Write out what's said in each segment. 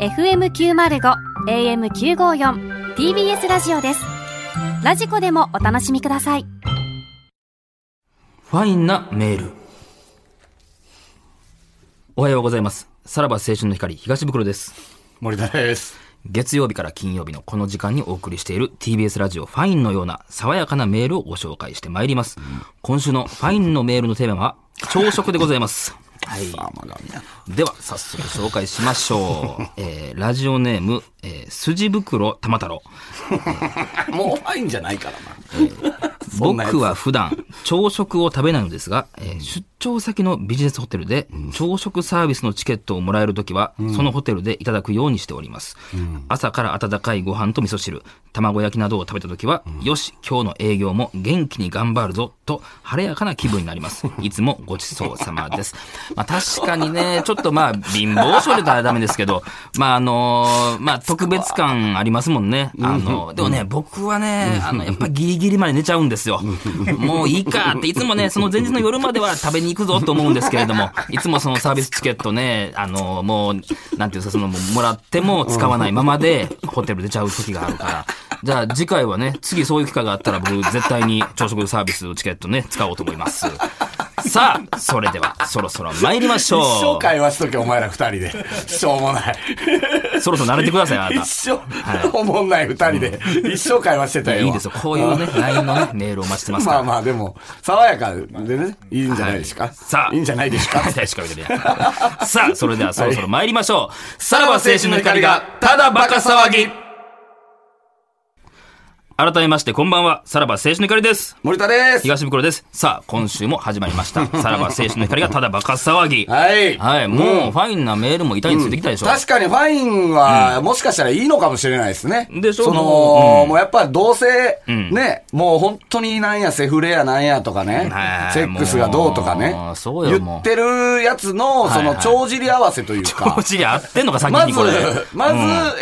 FM905 AM954 TBS ラジオですラジコでもお楽しみくださいファインなメール。おはようございます。さらば青春の光、東袋です。森田です。月曜日から金曜日のこの時間にお送りしている TBS ラジオファインのような爽やかなメールをご紹介してまいります。今週のファインのメールのテーマは朝食でございます。 はい。では、早速紹介しましょ う。えー、ラジオネーム、えー、筋袋玉太郎。もうファインじゃないからそんなやつ僕は普段朝食を食べないのですが、えー出張先のビジネスホテルで朝食サービスのチケットをもらえるときは、そのホテルでいただくようにしております、朝から温かいご飯と味噌汁卵焼きなどを食べたときは、よし今日の営業も元気に頑張るぞと晴れやかな気分になります いつもごちそうさまです、まあ、確かにねちょっとまあ貧乏症でたらダメですけどまああのーまあ特別感ありますもんねあのでもね僕はねあのやっぱギリギリまで寝ちゃうん ですよもういいかっていつもねその前日の夜までは食べに行くぞと思うんですけれど もいつもそのサービスチケットねあのもうなんていうんですかそのもうもらっても使わないままでホテル出ちゃう時があるからじゃあ次回はね次そういう機会があったら僕絶対に朝食サービスチケットね使おうと思いますさあそれではそろそろ参りまし一生ょ会話しとけ、お前ら二人で。しょうもない。うそろそろ慣れてくださいあなた一生、おもんない二人で、一生会話してたよ。いいですよ。こういうね、LINE のね、メールをお待ちしてますかまあら。まあ、でも、爽やかでね、いいんじゃないですはか。いさあいいんじゃないです か。はいしか言うてないさあ、それではそろそろ参りましょう。さらば青春の光が、ただバカ騒ぎ。改めまして、こんばんは。さらば青春の光です。森田です。東袋です。さあ、今週も始まりま した。さらば青春の光が、ただバカ騒ぎ。はい。はい、もう、ファインなメールも痛いについてきたでしょ。確かにファインは、もしかしたらいいのかもしれないですね。でしょそもの、ううんもうやっぱどうせ、んね、もう本当になんや、セフレやなんやとかねは、いセックスがどうとかねもう、そうよ言ってるやつの、はいそはいの、帳尻合わせというかこっ、ちで合ってんのか、先まにずこれ。、まず、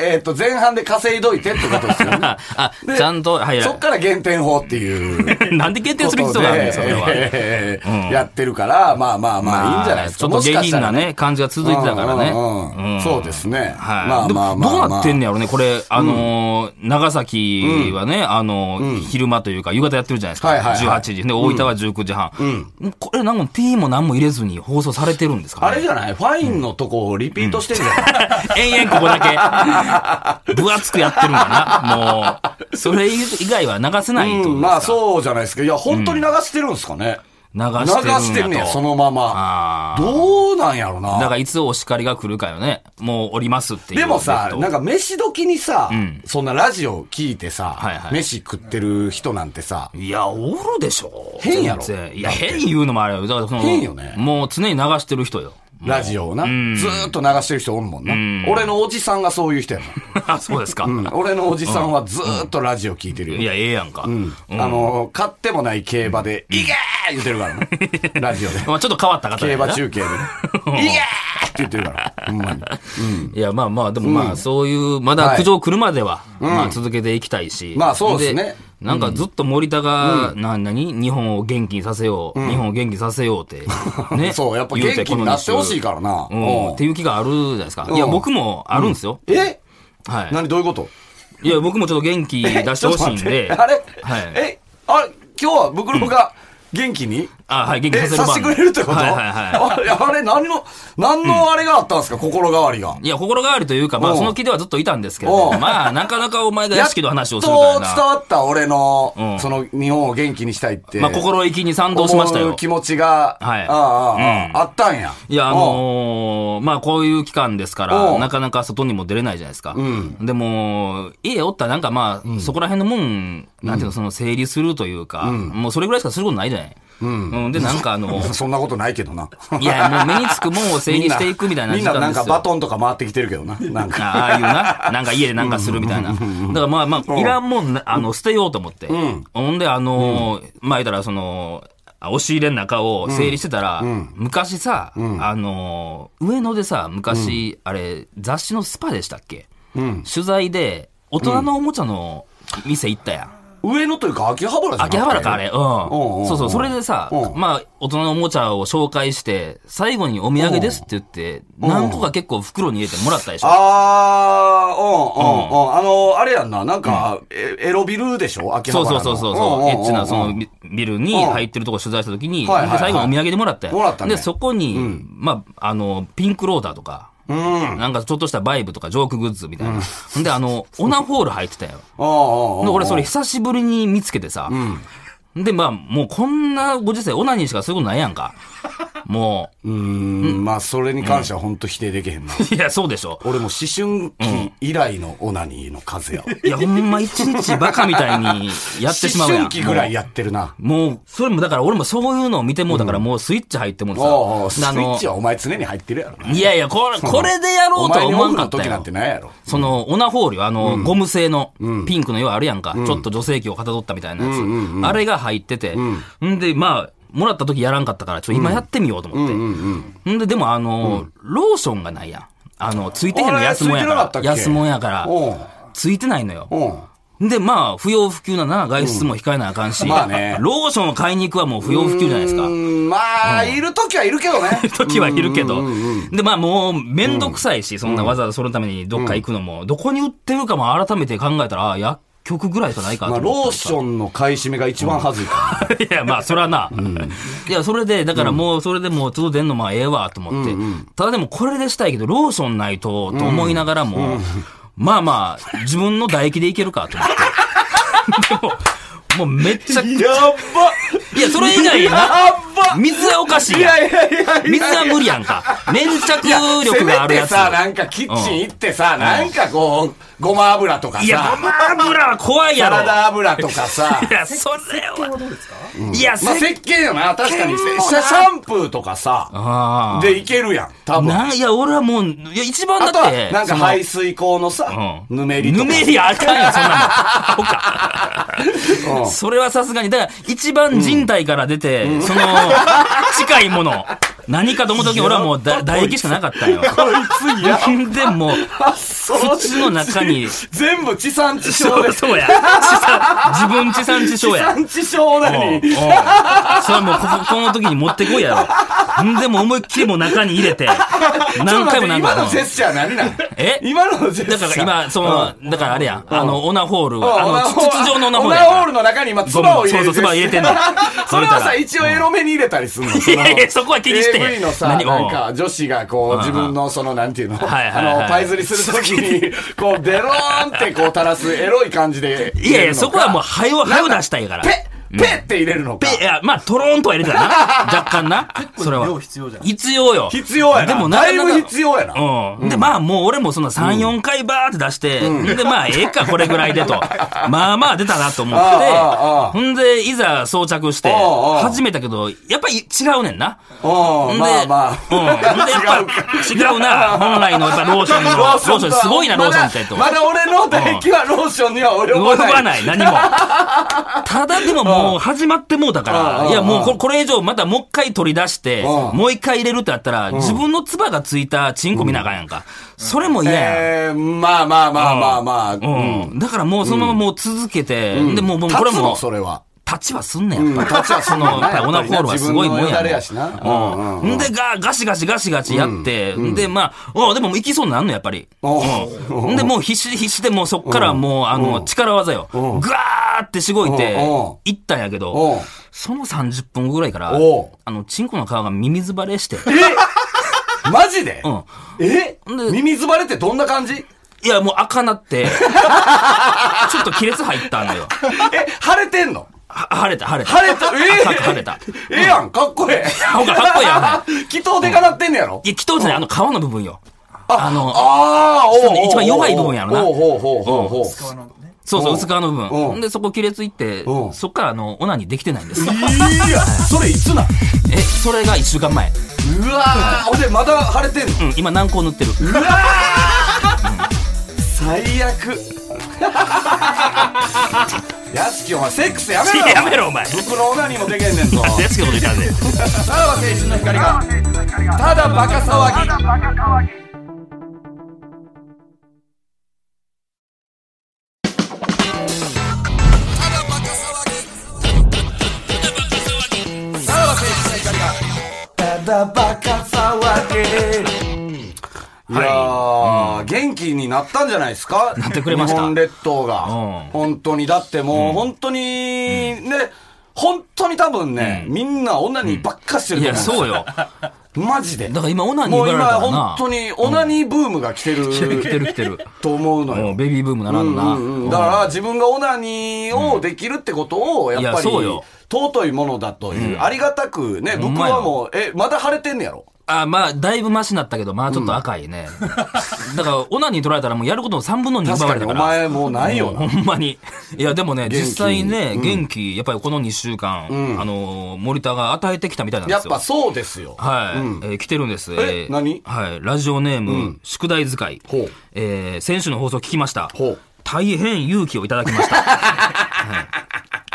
えっと、前半で稼いどいてってこ とですよね。あ、でちゃんと、はいそっから減点法っていう。なんで決定する必要があるんですか、それは。えーうんやってるから、まあまあまあ、いいんじゃないですか。ちょっと下もしかし品たならね、感じが続いてたからうんうんうんね。そうですね。はい。まあでもまあまあ、まどあ。うなってんねやろね、これ、あのー、長崎はね、あのー、昼間というか、夕方やってるじゃないですか。はいはいは18い時。で、大分は19時半。これ、なんか P も何も入れずに放送されてるんですかあねれじゃないファインのとこをリピートしてるじゃない、延々ここだけ、 分厚くやってるんだな。もう、それ以外は流せないってことですかまあそうじゃないですか。いや、本当に流してるんですかね。流してるん流やとしてるねやそのまま。あーどうなんやだろかな。ら、いつお叱りが来るかよね。もう、おりますっていう。でもさ、なんか、か飯時にさ、んそんなラジオ聞いてさ、はいはい飯食ってる人なんてさ、いや、おるでしょ。変やろ全然いや、変言うのもあれよ。だからその、変よねもう常に流してる人よ。ラジオをな、んずーっと流してる人おるもんな。俺のおじさんが そういう人や あそうですか。もん。うん、俺のおじさんはずーっとラジオ聞いてるよ。いや、ええやんか。うんあの、買ってもない競馬で、いけー言ってるからね。ラジオで。まあ、ちょっと変わった方競やな馬 中継で。いけーって言ってるから。ほんまに。いや、まあまあ、でもまあ、そういう、まだ苦情来るまでは、まあ、続けていきたいし。まあそうですねなんかずっと森田が、な、なに日本を元気にさせよう、日本を元気にさせよう って、ね。そう、やっぱ言う元気になってほしいこからな。の人うん。うっんていう気があるじゃないですか。いや、うん僕もあるんですよ。えはい。何どういうこといや、僕もちょっと元気出してほしいんで。 ちょっと待ってあはい。れえ、あれ今日はブクロが元気にあ、はい、元気さえ、せるさ番してくれるってことはいはいはい。あれあれ、何の、何のあれがあったんですか心変わりが。いや、心変わりというか、まうあ、んその気ではずっといたんですけれどうも、んまあ、なかなかお前が屋敷の話をするやからっと伝な。わった俺の、うんその日本を元気にしたいって。まあ、心意気に賛同しました思よう。気持ちが、はいあああああったんや。いや、あのーまあ、こういう期間ですかうら、んなかなか外にも出れないじゃないですか。んでも、家おったらなんかまあ、そこら辺のもん、なんていうの、その整理するというか、もうそれぐらいしかすることないじゃない。うん。で、なんかあのう、んそんなことないけどな。 いや、もう目につくもんを整みん理なしていくみたいなみ時んな間なんですかよ。バトンとか回ってきてるけどな。なんか。ああいうな、なんか家でなんかするみたいな。だからまあまあ、いらんもんな、あの、捨てようと思って。ほんで、あのー、まあ言ったら、その、あ押し入れの中を整理してたら、昔さ、あのー、上野でさ、昔、あれ、雑誌のスパでしたっけ取材で、大人のおもちゃの店行ったやん。上野というか秋葉原じゃなく秋て葉原か、あれ。うん。おうおうそうそう。それでさう、んまあ、大人のおもちゃを紹介して、最後にお土産ですって言って、何個か結構袋に入れてもらったでしょ。あー、うん、うん、うん。あの、あれやんな、なんか、えエロビルでしょ秋そ葉うそ原うの。そうそうそう。エッチなそのビビビルに入ってるとこ取材したときに、ではいはいはい最後にお土産でもらったやんもらったねで、そこに、まあ、あの、ピンクローダーとか、ル。うん。あなんかちょっとしたバイブとかジョークグッズみたいな。ん、で、あの、オナホール入ってたよ。あ、あで、あ。俺それ久しぶりに見つけてさ。で、まあ、もうこんなご時世、オナニーしかそういうことないやんか。もうーん、まあ、それに関しては本当否定できへんな。う、いや、そうでしょ。俺も思春期以来のオナニーの数やわ。いや、ほんま一日バカみたいに やってしまう思やん。春期ぐらいやってるな。もう、もうそれもだから俺もそういうのを見てもうだからもうスイッチ入ってもうおうおうスイさ。でッチはお前常に入ってるやろな。いやいや、これ、これでやろうとは思わんかっおた前にオフの時なよんて。ないやろ。その、オナホールよ、あの、ゴム製の、ピンクの色あるやんか、ちょっと女性器をかたどったみたいなやつ。あれが入ってて、んで、まあ、もらった時やらんかったから、ちょ、今やってみようと思って。んで、でも、あの、ローションがないやん。あの、ついてへんのあれ安物やかついてなかったら。っけ安物やからおう。ついてないのよ。うん。で、まあ、不要不急なな、外出も控えなあかんし、まあねローションを買いに行くはもう不要不急じゃないですか。うーんまあ、いる時はいるけどね。 時はいるけど。で、まあもう、めんどくさいし、そんなわざわざそのためにどっか行くのも、どこに売ってるかも改めて考えたら、あ薬局ぐらいしかないかまとあ、思ロったーりさションの買い占めが一番はずいか ら。いや、まあ、そらな。いや、それで、だからもう、それでもう、ちょっと出んの、まあ、ええわ、と思って。ただでも、これでしたいけど、ローションないと、と思いながらも、まあまあ、自分の唾液でいけるか、と思って。 でも、もうめっちゃ、い やっや、それ以 外ばな、ば水はおかしいいやん。やいやいやい水や。は無理やんか。粘着力があるやつ。せめてさ、なんかキッチン行ってさ、なんかこう、ごま油とかいや、ごさ、ま油は怖いやサろ。ラダ油とか さい、や、それは。いや、まあ、せっ石鹸よな、確かに。シもなャシャンプーとかさ、あでいけるやん、多あ。分。なんいや、俺はもう、いや、一番あとだっはて、、なんかその排水口のさ、うんぬめりとか。ぬめりあかんよ、そんなの。アホ か。それはさすがに。だから、一番人体から出て、その、近いもの。何かと思った時、俺はもうだ、唾液しかなかったんよ。こいつや。で、もう、口の中に全部地産地消そでう、。そうや。地産自分地産地地消や。産地消なうんうにん。それはもうこここの時に持ってこいやろ。んでも思いっきりもう中に入れて、何回も何回も。今のジェスチャー何なんえ今のジェスチャだー。から今、その、だからあれや、あの、オナホールうん、は、あの、オナホール筒状のオナホーオルナやかホーらルの中に今、唾を入れる。そうそう唾入れてんのそれはそれたらさ、一応エロ目に入れたりすんの。いやいやそこは気にしてへん AV のさ、何をなんか、女子がこう、自分のその、なんていうの、はいはいあはいの、パイ釣りするときに、こう、デローンってこう、垂らすエロい感じで。いやいや、そこはもう、はよ、はよ出したいから。ペッ、ペッって入れるのか。いや、まあ、トローンとは入れた らな。若干な。それは。量必要じゃん。必要よ。必要やな。でもなだかいなかぶ必要やな。うん。で、まあもう俺もその3、4回バーって出して、で、まあええかこれぐらいで と。まあまあ出たなと思ってああああ、ほんで、いざ装着してあああ、あ始めたけど、やっぱり違うねんな。うんで、まあまうあ。ん。ほんでやっぱ違うな。本来のやっぱローション の、ローションすごいな、ローションってと。まだまだ俺の唾液はローションには及動ばない。かない、何も。ただでももう始まってもうだかうら、んいやもうここれ以上またもう一回取り出して、うんもう一回入れるってなったら、自分の唾がついたチンコ見なあかんやんか。それも嫌やん。えーまあまあまあまあまあ。うん。うん。だからもうそのままもう続けて、で、もうもうこれ立つもの、それは。立ちはすんねん、やっぱり。立ちはすんねんなその、やっぱりオナホールはすごいもん自分のよやだん。れやしなうんうん。んで、が、ガシガシガシガシやって、で、まあ、おでもいきそうになんの、やっぱり。おうん。で、もう必死必死で、もうそっからもう、あの、力技よ。ぐわーってしごいてうん、いったんやけおど、うその30分後ぐらいからおう、あの、チンコの皮がミミズバレして、マジでうん。えで耳ズバレってどんな感じいや、もう赤な って、ちょっと亀裂入ったのよ。え、晴れてんのは晴れた、晴れた。晴れ た、え赤く晴れた。ええやん、かっこええ。ほんかかっこいいやんね。祈祷でかなってんねやろいや、祈祷じゃない、あの皮の部分よ。あの、ああ、おうおうおう一番弱い部分やろなおうおうおうおうおう川のね。そうそう、薄皮の部う分。んで、そこ亀裂いってう、んそっからあの、オナにできてないんです。いや、それいつなんえ、それが1週間前。うわーほんで、まだ晴れてんのうん、今軟膏塗ってる。うわー最 悪。やすきお前セックスやめろよやめろお前僕のオナニーもでけんねんぞやつけこと言ったぜ。さらば青春の光がただバカ騒ぎバカ騒ぎだバカ騒げ。いやー、元気になったんじゃないですかなってくれました日本列島が。うん本当に。だってもう、本当に、ね、本当に多分ね、みんな女にばっかしてるいと思うや、そうよ。マジで。だから今オナニーもう言われた今からな本当にオナニーブームが来てる、来てる来てる来てる。と思うのもよう。ベビーブームならんな。うんうんうんだから自分がオナニーをできるってことを、やっいぱやりそうよ尊いものだという、ありがたくね、ん僕まやはもう、え、まだ腫れてんねやろあ、まあ、だいぶマシになったけど、まあ、ちょっと赤いね。だから、オナニー取られたらもうやることの3分の2確奪わかれにたかおら。前もうないもような。ほんまに。いや、でもね、気に実際ね、うん元気、やっぱりこの2週間、あの、森田が与えてきたみたいなんでやっすよ。ぱそうですよ。はい、えー来てるんです。え何はい。ラジオネーム、宿題使い。ほうえー先週の放送聞きました。ほう大変勇気をいただきました。 はい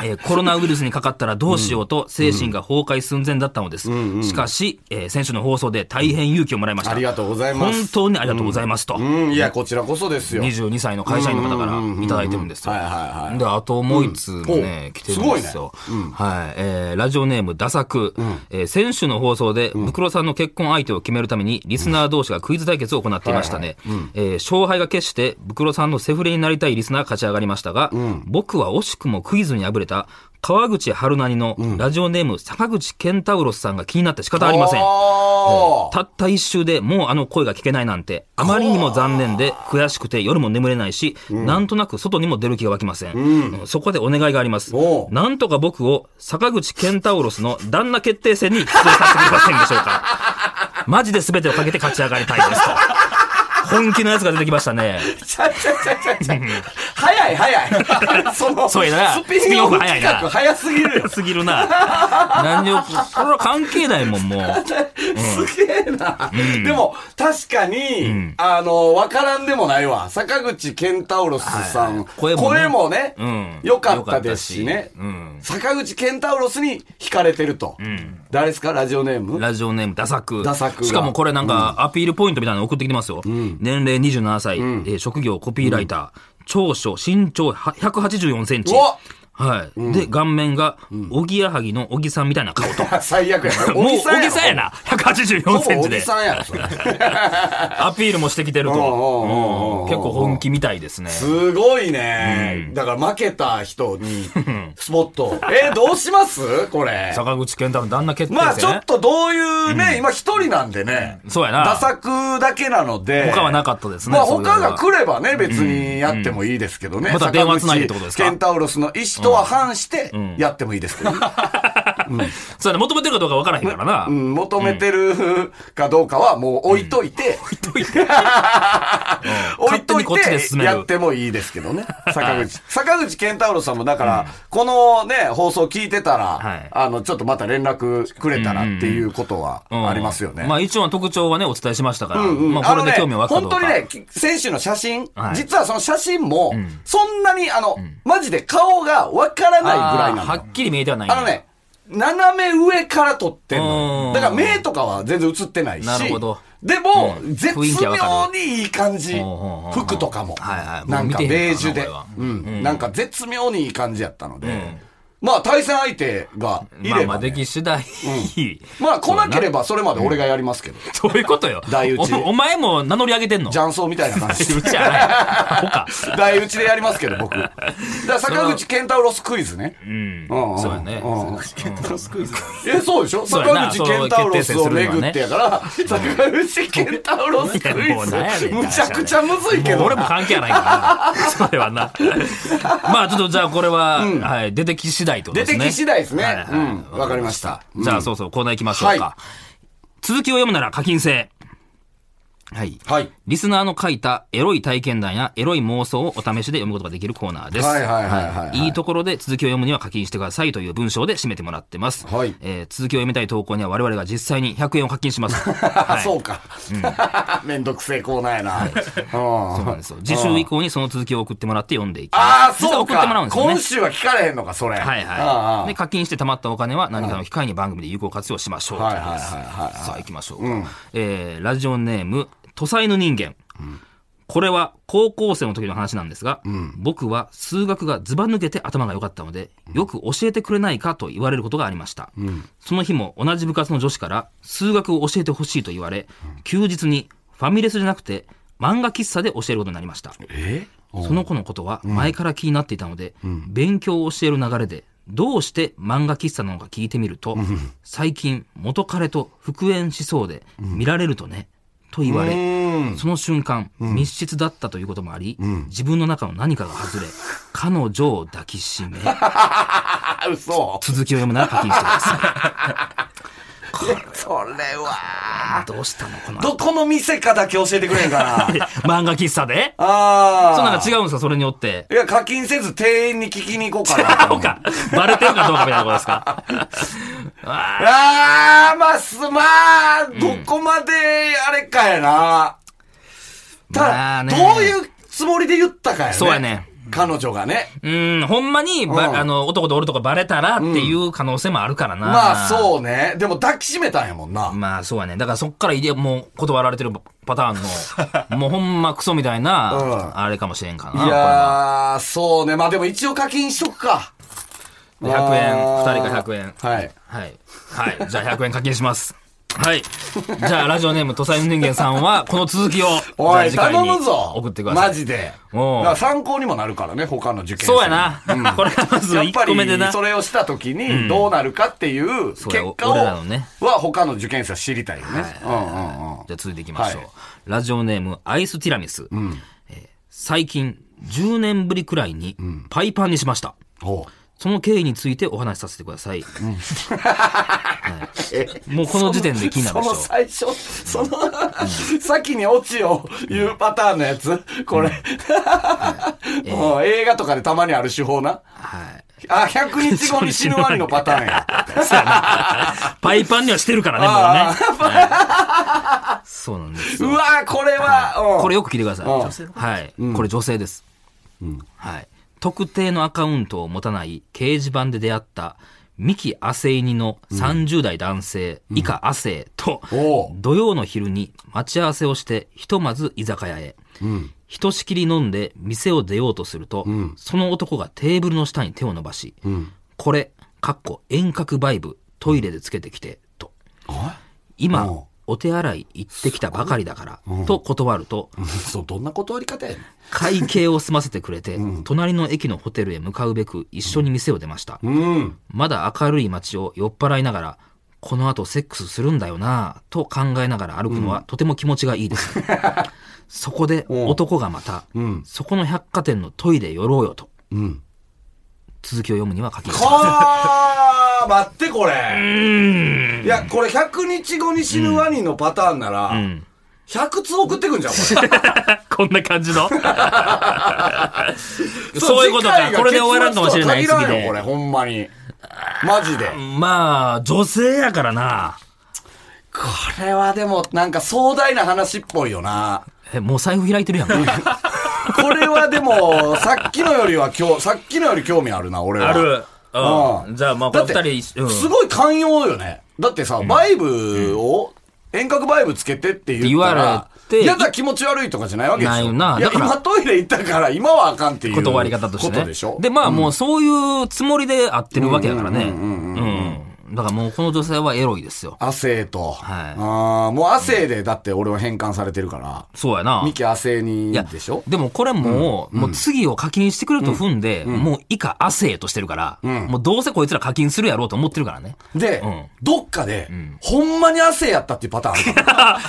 えーコロナウイルスにかかったらどうしようと精神が崩壊寸前だったのです。しかし、えー先週の放送で大変勇気をもらいました。ありがとうございます本当にありがとうございますと。うん、いや、こちらこそですよ。はい22歳の会社員の方からいただいてるんですよ。はいはい。で、あともう一通もうねん、来てるんですよ。はい。えーラジオネーム、ダサク。えー先週の放送で、ブクロさんの結婚相手を決めるために、リスナー同士がクイズ対決を行っていましたね。えー勝敗が決して、ブクロさんのセフレになりたいリスナーが勝ち上がりましたが、僕は惜しくもクイズに敗れた、川口春奈のラジオネーム、坂口健太郎さんが気になって仕方ありません。あーたった一周でもうあの声が聞けないなんて、あまりにも残念で、悔しくて夜も眠れないし、なんとなく外にも出る気が湧きません。うんそこでお願いがありますお。うなんとか僕を坂口健太郎の旦那決定戦に出演させてくれませんでしょうか。 マジで全てをかけて勝ち上がりたいですと。本気のやつが出てきましたね。ちゃちゃちゃちゃちゃ。早い早い。 その、そうやなスピンオフス企ピンオフ画早すぎる よ。すぎるな。何を、これは関係ないもん、もう。すげえな。でも、確かに、あの、わからんでもないわ。坂口健太郎さん、はいはい声もねうん、良、かったですし良かっねたし。うん坂口健太郎に惹かれてると。誰ですかラジオネームラジオネーム、ダサク。ダサクがしかもこれなんか、アピールポイントみたいなの送ってきてますよ。年齢27歳、えー職業コピーライター、長所、身長は184センチうわ。はい。で、顔面が、おぎやはぎのおぎさんみたいな顔 と。最悪やな。 もう、おぎ小木ろさんや。な。184ほセンチぼおじで。さんやろ、それ。アピールもしてきてると。 ううんんうんうんうん結構本気みたいですね。すごいね、だから負けた人に、スポットを。えどうしますこれ。坂口健太の旦那決定戦。まあちょっとどういうね、今一人なんでね。そうやな打作だけなので。他はなかったですねまあそういうの他はが来ればね、別にやってもいいですけどね。また電話つないでってことですか坂口ケンタウロスの意思とは反して、やってもいいですけどね。そうやな、求めてるかどうかわからへんからな。うん、求めてるかどうかはもう置いといて、置いと勝手にいこっちで進て、めるやってもいいですけど ね。坂口。坂口健太郎さんもだから、このね、放送聞いてたはいら、あの、ちょっとまた連絡くれたらっていうことはうんありますよね。まあ一応の特徴はね、お伝えしましたから。うんうんまあこれであの興味ね湧くかど本うか。当にね、き選手の写真、はい実はその写真も、そんなに、あの、マジで顔がわからないぐらいなあんーだはよ。っきり見えてはないんだあのね、斜め上から撮ってんのうよ。んだから目とかは全然映ってないし。なるほどでも、うん絶雰囲気はわ妙かにいい感ほじうほうほう。ほう服とかも。はいはいなもう見んかてへんからなベージュで俺は。うん。なんか絶妙にいい感じやったのでん。まあ対戦相手がいまあれまあばでね。き次 第、まあ来なければそれまで俺がやりますけど。そういうことよ。大打ちおお前も名乗り上げてんの雀荘みたいな感じ 大。打ちじゃない。ほか。 台打ちでやりますけど、僕。だから坂口健太郎スクイズね。うん。うんそうやねんケンタロスクイズ。え、そうでしょそうやな坂口健太郎スを巡ってやから、坂口健太郎スクイいやもうなんやズね。んむちゃくちゃむずいけもうど俺。も関係ないから な。それはな。まあちょっとじゃあこれは、はい、出てき次第ってこと出ですてね。き次第ですはいねは。ういん。わかりました。じゃあそうそう、コーナー行きましょうはか。続きを読むなら課金制。はい。はい。リスナーの書いたエロい体験談やエロい妄想をお試しで読むことができるコーナーです。はいはいはいはいはいいところで続きを読むには課金してくださいという文章で締めてもらってます。はいえー続きを読みたい投稿には我々が実際に100円を課金します。はあ、い そうか。 めんどくせえコーナーやな。そううんなんですよ。次週以降にその続きを送ってもらって読んでいきます。ああ、そう実は送ってもらうんか。ですよね。今週は聞かれへんのか、それ。はいあはい。あで、課金して貯まったお金は何かの機会に番組で有効活用しましょう。はいはいはいはいはいさあ行きましょうか。えーラジオネーム、土佐犬人間。これは高校生の時の話なんですが、僕は数学がずば抜けて頭が良かったので、よく教えてくれないかと言われることがありました。その日も同じ部活の女子から数学を教えてほしいと言われ、休日にファミレスじゃなくて漫画喫茶で教えることになりました。えその子のことは前から気になっていたので、勉強を教える流れで、どうして漫画喫茶なのか聞いてみると、最近元彼と復縁しそうで、見られるとね、と言われ、その瞬間、密室だったということもあり、自分の中の何かが外れ、彼女を抱きし め、あ、嘘。続きを読むなら課金してくださ それは。い。どうしたのこの後どこの店かだけ教えてくれへんかな。漫画喫茶でああ。そうなんか違うんですかそれによって。いや、課金せず店員に聞きに行こうか な。そうか。バレてるかどうかみたいなことですか ああー、まあ、す、まあ、どこまで、あれかやな。ただ、まあねどういうつもりで言ったかやね。そうやね。彼女がね。うん、ほんまにば、うんあの、男と俺とかバレたらっていう可能性もあるからな。まあ、そうね。でも抱きしめたんやもんな。まあそうやね。だからそっからいやもう断られてるパターン の、もうほんまクソみたいな、んあれかもしれんかいな。やー、そうね。まあでも一応課金しとくか。これは100円、あー2人が100円。はい。はい。はい。じゃあ100円課金します。はい。じゃあラジオネーム、土佐犬人間さんは、この続きを、おい、じゃあ次回頼にむぞ。送ってください。マジで。おうだから参考にもなるからね、他の受験生そうやな。これがまずやっぱ1個目でり、な。それをした時に、どうなるかっていう結そうや果を、俺らのねは他の受験生は知りたいよね。うんうんうん。じゃあ続いていきましょう。はいラジオネーム、アイスティラミス。えー最近、10年ぶりくらいに、パイパンにしました。ほうその経緯についてお話しさせてください。 はいもうこの時点で気になるでしそょの。最初、その、先にオチを言うパターンのやつこれ、 もう映画とかでたまにある手法な。はい。あ、100日後に死ぬワニのパター ンや。パイパンにはしてるからね、もうね。はいそうなんです うよ。わーこれは、うんこれよく聞いてください。うん女性はい。これ女性です。はい。特定のアカウントを持たない掲示板で出会った、三木亜生似の30代男性、以下亜生と、おう土曜の昼に待ち合わせをして、ひとまず居酒屋へ。ひとしきり飲んで店を出ようとすると、その男がテーブルの下に手を伸ばし、これ、かっこ遠隔バイブ、トイレでつけてきて、と。おう今、お手洗い行ってきたばかりだから、と断ると、そう、どんな断り方やねん。会計を済ませてくれて、隣の駅のホテルへ向かうべく一緒に店を出ました。うん。まだ明るい街を酔っ払いながら、この後セックスするんだよなぁと考えながら歩くのはとても気持ちがいい です。そこで男がまた、そこの百貨店のトイレ寄ろうよと。ん続きを読むには書きました。はあ、待ってこれ。いや、これ100日後に死ぬワニのパターンなら、100通送ってく んじゃん、これ。こんな感じ のそういうことか。これで終わらんかもしれない次次で。これ、で。ほんまに。マジで。まあ、女性やからな。これはでも、なんか壮大な話っぽいよな。え、もう財布開いてるやん。これはでも、さっきのよりは今日、さっきのより興味あるな、俺は。ある。ううんん。じゃあ、まあ、このだって二人、うん。すごい寛容よね。だってさ、バイブを、遠隔バイブつけてって言ったらっ、て言われて嫌だ気持ち悪いとかじゃないわけでしょ。ないよないや、だから今トイレ行ったから、今はあかんっていう。断り方としてね。ことでしょ。まあ、もうそういうつもりで会ってるわけだからね。うん。だからもうこの女性はエロいですよ。亜生と。はいああ、もう亜生で、だって俺は変換されてるから。そうやな。ミキ亜生にいや、でしょでもこれもう、もう次を課金してくれると踏んで、もう以下亜生としてるから、もうどうせこいつら課金するやろうと思ってるからね。で、うんどっかで、ほんまに亜生やったっていうパターンあるから。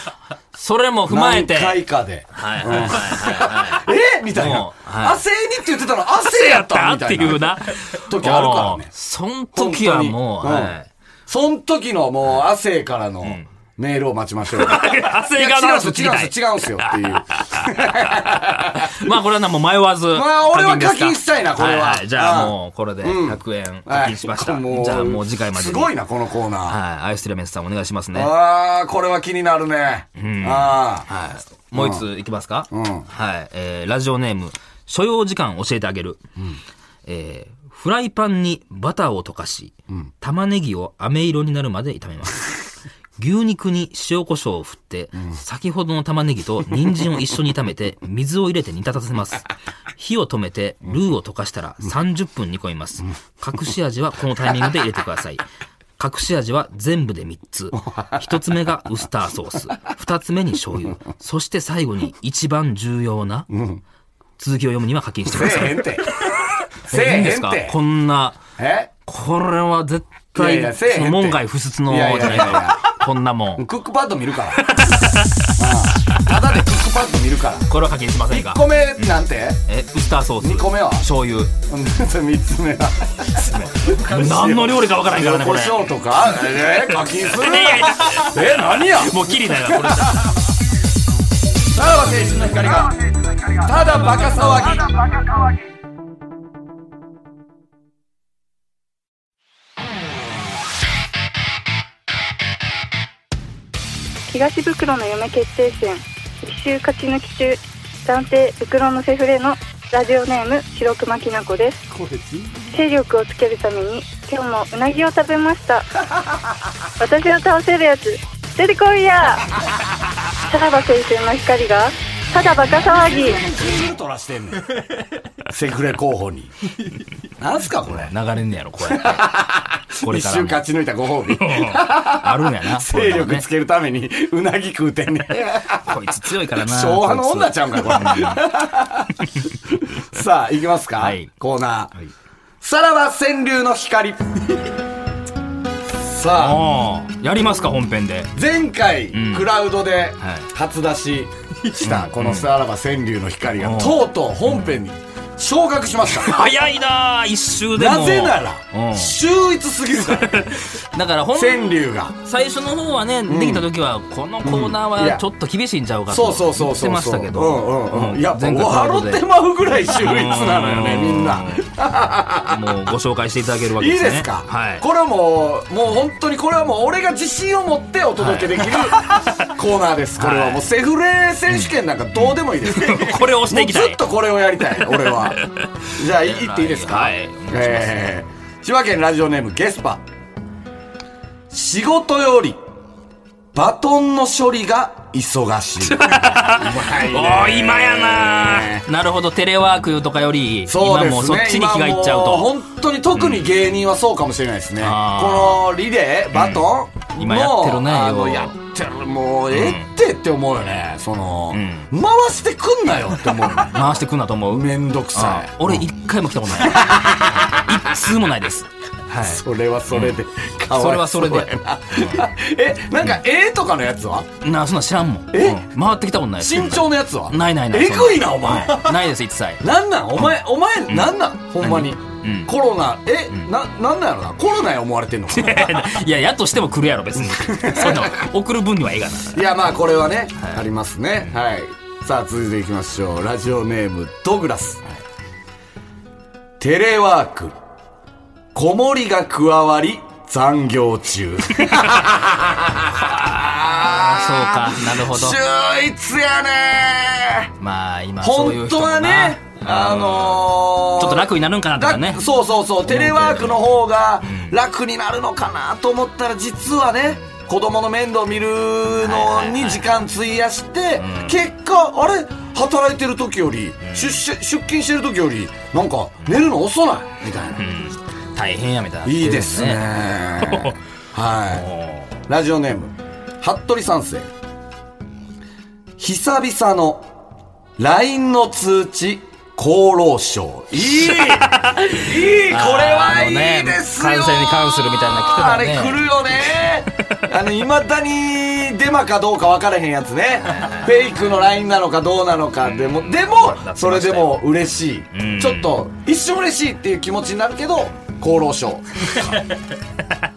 それも踏まえて。何はい回かで。はいはいは えみたいなも。うはい亜生にって言ってたら亜い。生やっやたっみたたっていいうな。な。時あるからねうんそん時はもう、本当にはうんい。そん時のもう亜生からのメールを待ちま しょう。亜い生や側の違うん話す聞きよ、違うんたいす。よ、違うんすよっていう。 まあこれはな、もう迷わず。 まあ俺はですか課金したいなこれはいいじゃうあんもうこれで100円 課金しました。はいもうじゃあもう次回までに。すごいな。な、このコーナー。はい。アイスティラメンスさんお願いしますね。はああ、これは気になるね。ああ。い。もう一ついきますかんはい。えーラジオネーム、所要時間教えてあげる。えーフライパンにバターを溶かし、玉ねぎを飴色になるまで炒めます。牛肉に塩コショウを振って、先ほどの玉ねぎと人参を一緒に炒め て、水を入れて煮立たせます。火を止めて、ルーを溶かしたら30分煮込みます。隠し味はこのタイミングで入れてください。隠し味は全部で3つ。1つ目 がウスターソース。2つ目に醤油。そして最後に一番重要な、続きを読むには課金してくだせさえへい。ん て。こせえれいいんでへすんかて。こんな、えこれは絶いやい対、やせえへんそての門外不出の、いじやゃいやいやないいかやな。こんなもん。クックパッド見るから。うんただでクックパッド見るから。これは課金しませんが1。個目なんてえ、ウスターソース。二個目は醤油。うん三つ目は。何の料理かわからへんからね、こ横れ。丁とかえー課金するいやいやえ、何やもうキリない な、これ。さらば青春の光が、ただバカ騒ぎ。東袋の嫁決定戦一周勝ち抜き中暫定袋のセフレのラジオネーム白熊きなこですこれ全勢力をつけるために今日もうなぎを食べました私を倒せるやつ出てこいやさらば青春の光がただバカ騒ぎ部取らしてんねん。セフレ候補に。なんすかこれ。流れんねやろ、これ。これ一か周らも。勝ち抜いたご褒美。あるんやな。これ勢からも力ねつけるためにうなぎ食うてんねん。こいつ強いからな。昭和の女ちゃゃうんか、これ。さあ、行きますか、はいコーナー。はいさらば川柳の光。さあ、ああ、やりますか、本編で。前回、うんクラウドではい初出しした、うんこのさらば川柳の光が、うんとうとう本編に昇格しました。早いなあ一周でも。なぜなうら、ん秀逸すぎる から、だから、ほん川柳が。最初の方はね、できた時は、このコーナーうんいはやちょっと厳しいんちゃうかとそうそ言うそうってそう。ましたけど、うんうんうん。やっぱ、前回カード笑でってまうぐらい秀逸なのよね、うんみんな。もうご紹介していただけるわけいでいすね。ですか、はい。これはもう、もう本当にこれはもう俺が自信を持ってお届けで きる、コーナーです。これはもうセフレ選手権なんかどうでもいい です。これを押していきたもういずっ。とこれをやりた い、俺は。じゃあ、い行っていいですかはいお願いしますえー千葉県ラジオネームゲスパ。仕事より、バトンの処理が忙し い。うまいおねー今やななるほど、テレワークとかより、そうですね、今もうそっちに気がいっちゃう今もと。本当に特に芸人はそうかもしれないですね、あーこのリレーバトン、うん今やってるねもうあのようやってるもうええってって思うよねその、う回してくんなよって思うよね回してくんなと思う。めんどくさあいー俺一回も来たことない。一通もないです。はい。それはそれで、かそれわはいそうれやでな えなんかええとかのやつはなあ、そんなん知らんもん。えうん回ってきたことないです。身長のやつはないないない。えぐいなそおんな前、はいないです、一切。なんなんお前、お前、なんなんほんまに。うんコロナ、え、な、なんなんやろなコロナや思われてんのかな いや、やっとしても来るやろ、別に。その、送る分にはええがな。いや、まあ、これはね、ありますね。はい。さあ、続いていきましょう。ラジオネーム、ドグラス。テレワーク。子守が加わり、残業中。 あそうか、なるほど。秀逸やねまあ、今、そういう本人当もなはね、あのー、ちょっと楽になるんかなとかね楽。そうそうそうテレワークの方が楽になるのかなと思ったら実はね子供の面倒見るのいはいはにい時間費やして、結果あれ働いてる時より、出社出勤してる時よりなんか寝るの遅ないみたいな、うん大変やみたいな。いいですねおはー。いラジオネーム服部三世久々の LINE の通知厚 労省いいいいこれはいいですよあのね感染に関するみたいなの来てたあねれ来るよね あのいまだにデマかどうか分からへんや つねフェイクの LINE なのかどうなのかでもでもそれでも嬉しい、うんちょっと一瞬嬉しいっていう気持ちになるけど厚 労省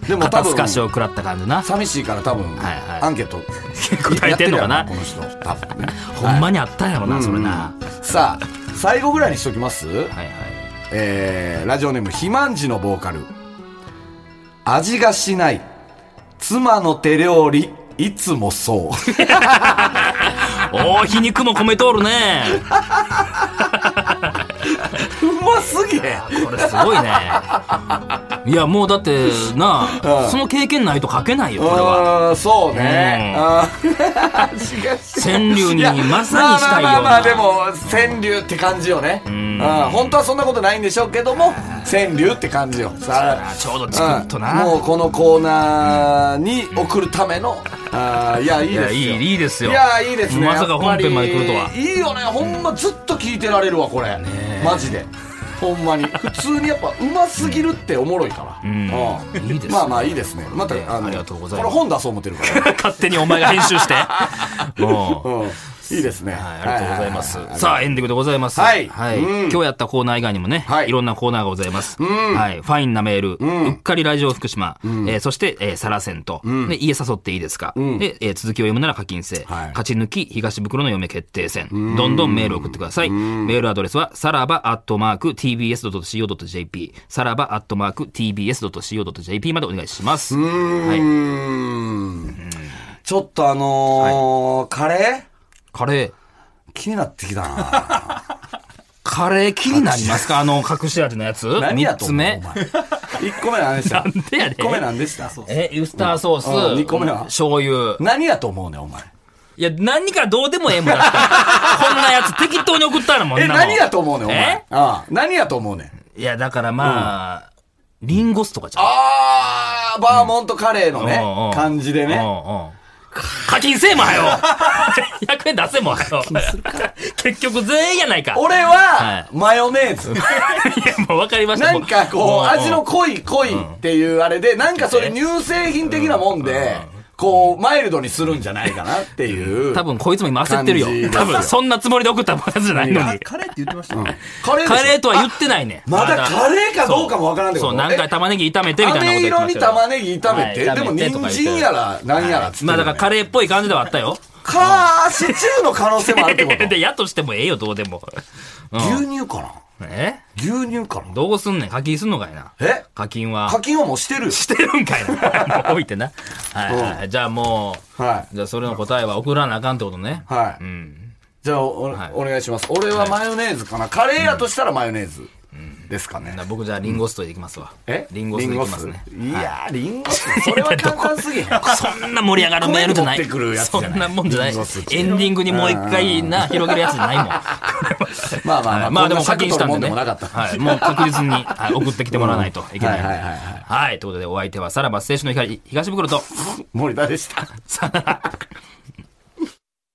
でも多肩分透かしを食らった感じな。寂しいから多分、はいはいアンケート 答えてんのかやなってるやろこの人多分ねほんまにあったんやろな、それな。うんさあ最後ぐらいにしときます、はいはい。えー、ラジオネーム肥満児のボーカル味がしない妻の手料理いつも そうおー、皮肉も米通るね。うますぎへんこれすごいね。いや、もうだって、なあ、その経験ないと書けないよ、これは。は。そうね。うんあー しかし川柳にいやまさにしたいようなまあまあまあまあでも川柳って感じよねうん本当はそんなことないんでしょうけども川柳って 感じよさあちょうどチクッとな。うんもうこのコーナーに送るための、あーいやいいいでや、すよいい、いいですよ。いやいいですねまさか本編まで来るとやっはぱ。りいいよねほんまずっと聞いてられるわこれ、マジでほんまに普通にやっぱうますぎるっておもろいから、んうんいいですねまあまあいいですねまたねのありがとうございますこれ本出そう思ってるから、勝手にお前が編集 して。もう。 うん、いいですね、はい、ありがとうございますは。さあ、エンディングでございます。はいうん今日やったコーナー以外にもね、はいい、ろんなコーナーがございます。はい。ファインなメール、うっかりラジオ福島、えーそして、えーサラセント、で、家誘っていいですか、で、えー続きを読むなら課金制、はい勝ち抜き東袋の嫁決定戦、どんどんメールを送ってください。メールアドレスは、さらばアットマーク tbs.co.jp、さらばアットマーク tbs.co.jp までお願いします。はうい。ーんちょっとあのーカレカレー、ー気になってきたな カレー気になりますかあの隠し味のやつ何や三とつ思う目お。前1個目何でしなたんでやねん1個目何でしたえ、ウスターソース、うん二個目は醤油。何やと思うねんお前いや、何かどうでもええもんだ ったらこんなやつ適当に送ったらもんえ、なもん何やと思うねん、お前え。ああ何やと思うねん。いや、だからまあ、リンゴ酢とかじゃん。あー、バーモントカレーのうんうねん、感じでうんね。うん課金せえもはよ 100円出せもはよ結局全員やないか俺は、はいマヨネーズ。 いやもう分かりましたなんかこう、味のこ濃い濃いっていうあれで、なんかそれ乳製品的なもんで、こう、マイルドにするんじゃないかなっていう。多分こいつも今焦ってるよ感じですよ多分そんなつもりで送ったもんやつじゃないのにカレーって言ってましたよね。カレーでしょカレーとは言ってないねまだカレーかどうかもわからんってこそとう何回玉ねぎ炒めてみたいなこと飴言って色ましにたよ玉ねぎ炒めて、はいでも炒めてとか言って人参やら、何やらっつって。まあだからカレーっぽい感じではあったよ。かー、シチューの可能性もあるってこと で、やとしてもええよ、どうでも。牛乳かなえ牛乳かなどうすんねん課金すんのかいな。え課金は。課金はもうしてるよ。してるんかいな。もう置いてな。はいはいはい。じゃあもう、はい。じゃあそれの答えは送らなあかんってことね。はうい。ん。じゃあお、おはいお願いします。俺はマヨネーズかな。カレーやとしたらマヨネーズですかね。な僕じゃあリンゴ酢といきますわ。えリンゴ酢でいきますね。リンゴ酢いやー、リンゴ酢。それは簡 単すぎへん。そんな盛り上がるメールじゃない。これ持ってくるやつじそゃないんなもんじゃない。エリンゴ酢ってンディングにもう一回な、広げるやつじゃないもん。まあまあまあ、まあでも課金したんこでね。な尺取るもんでもなかった。はい。もう確実に、 はい、送ってきてもらわないといけない。はいはいはいはいはい。ということでお相手はさらば青春の光東袋と、森田でした。さらば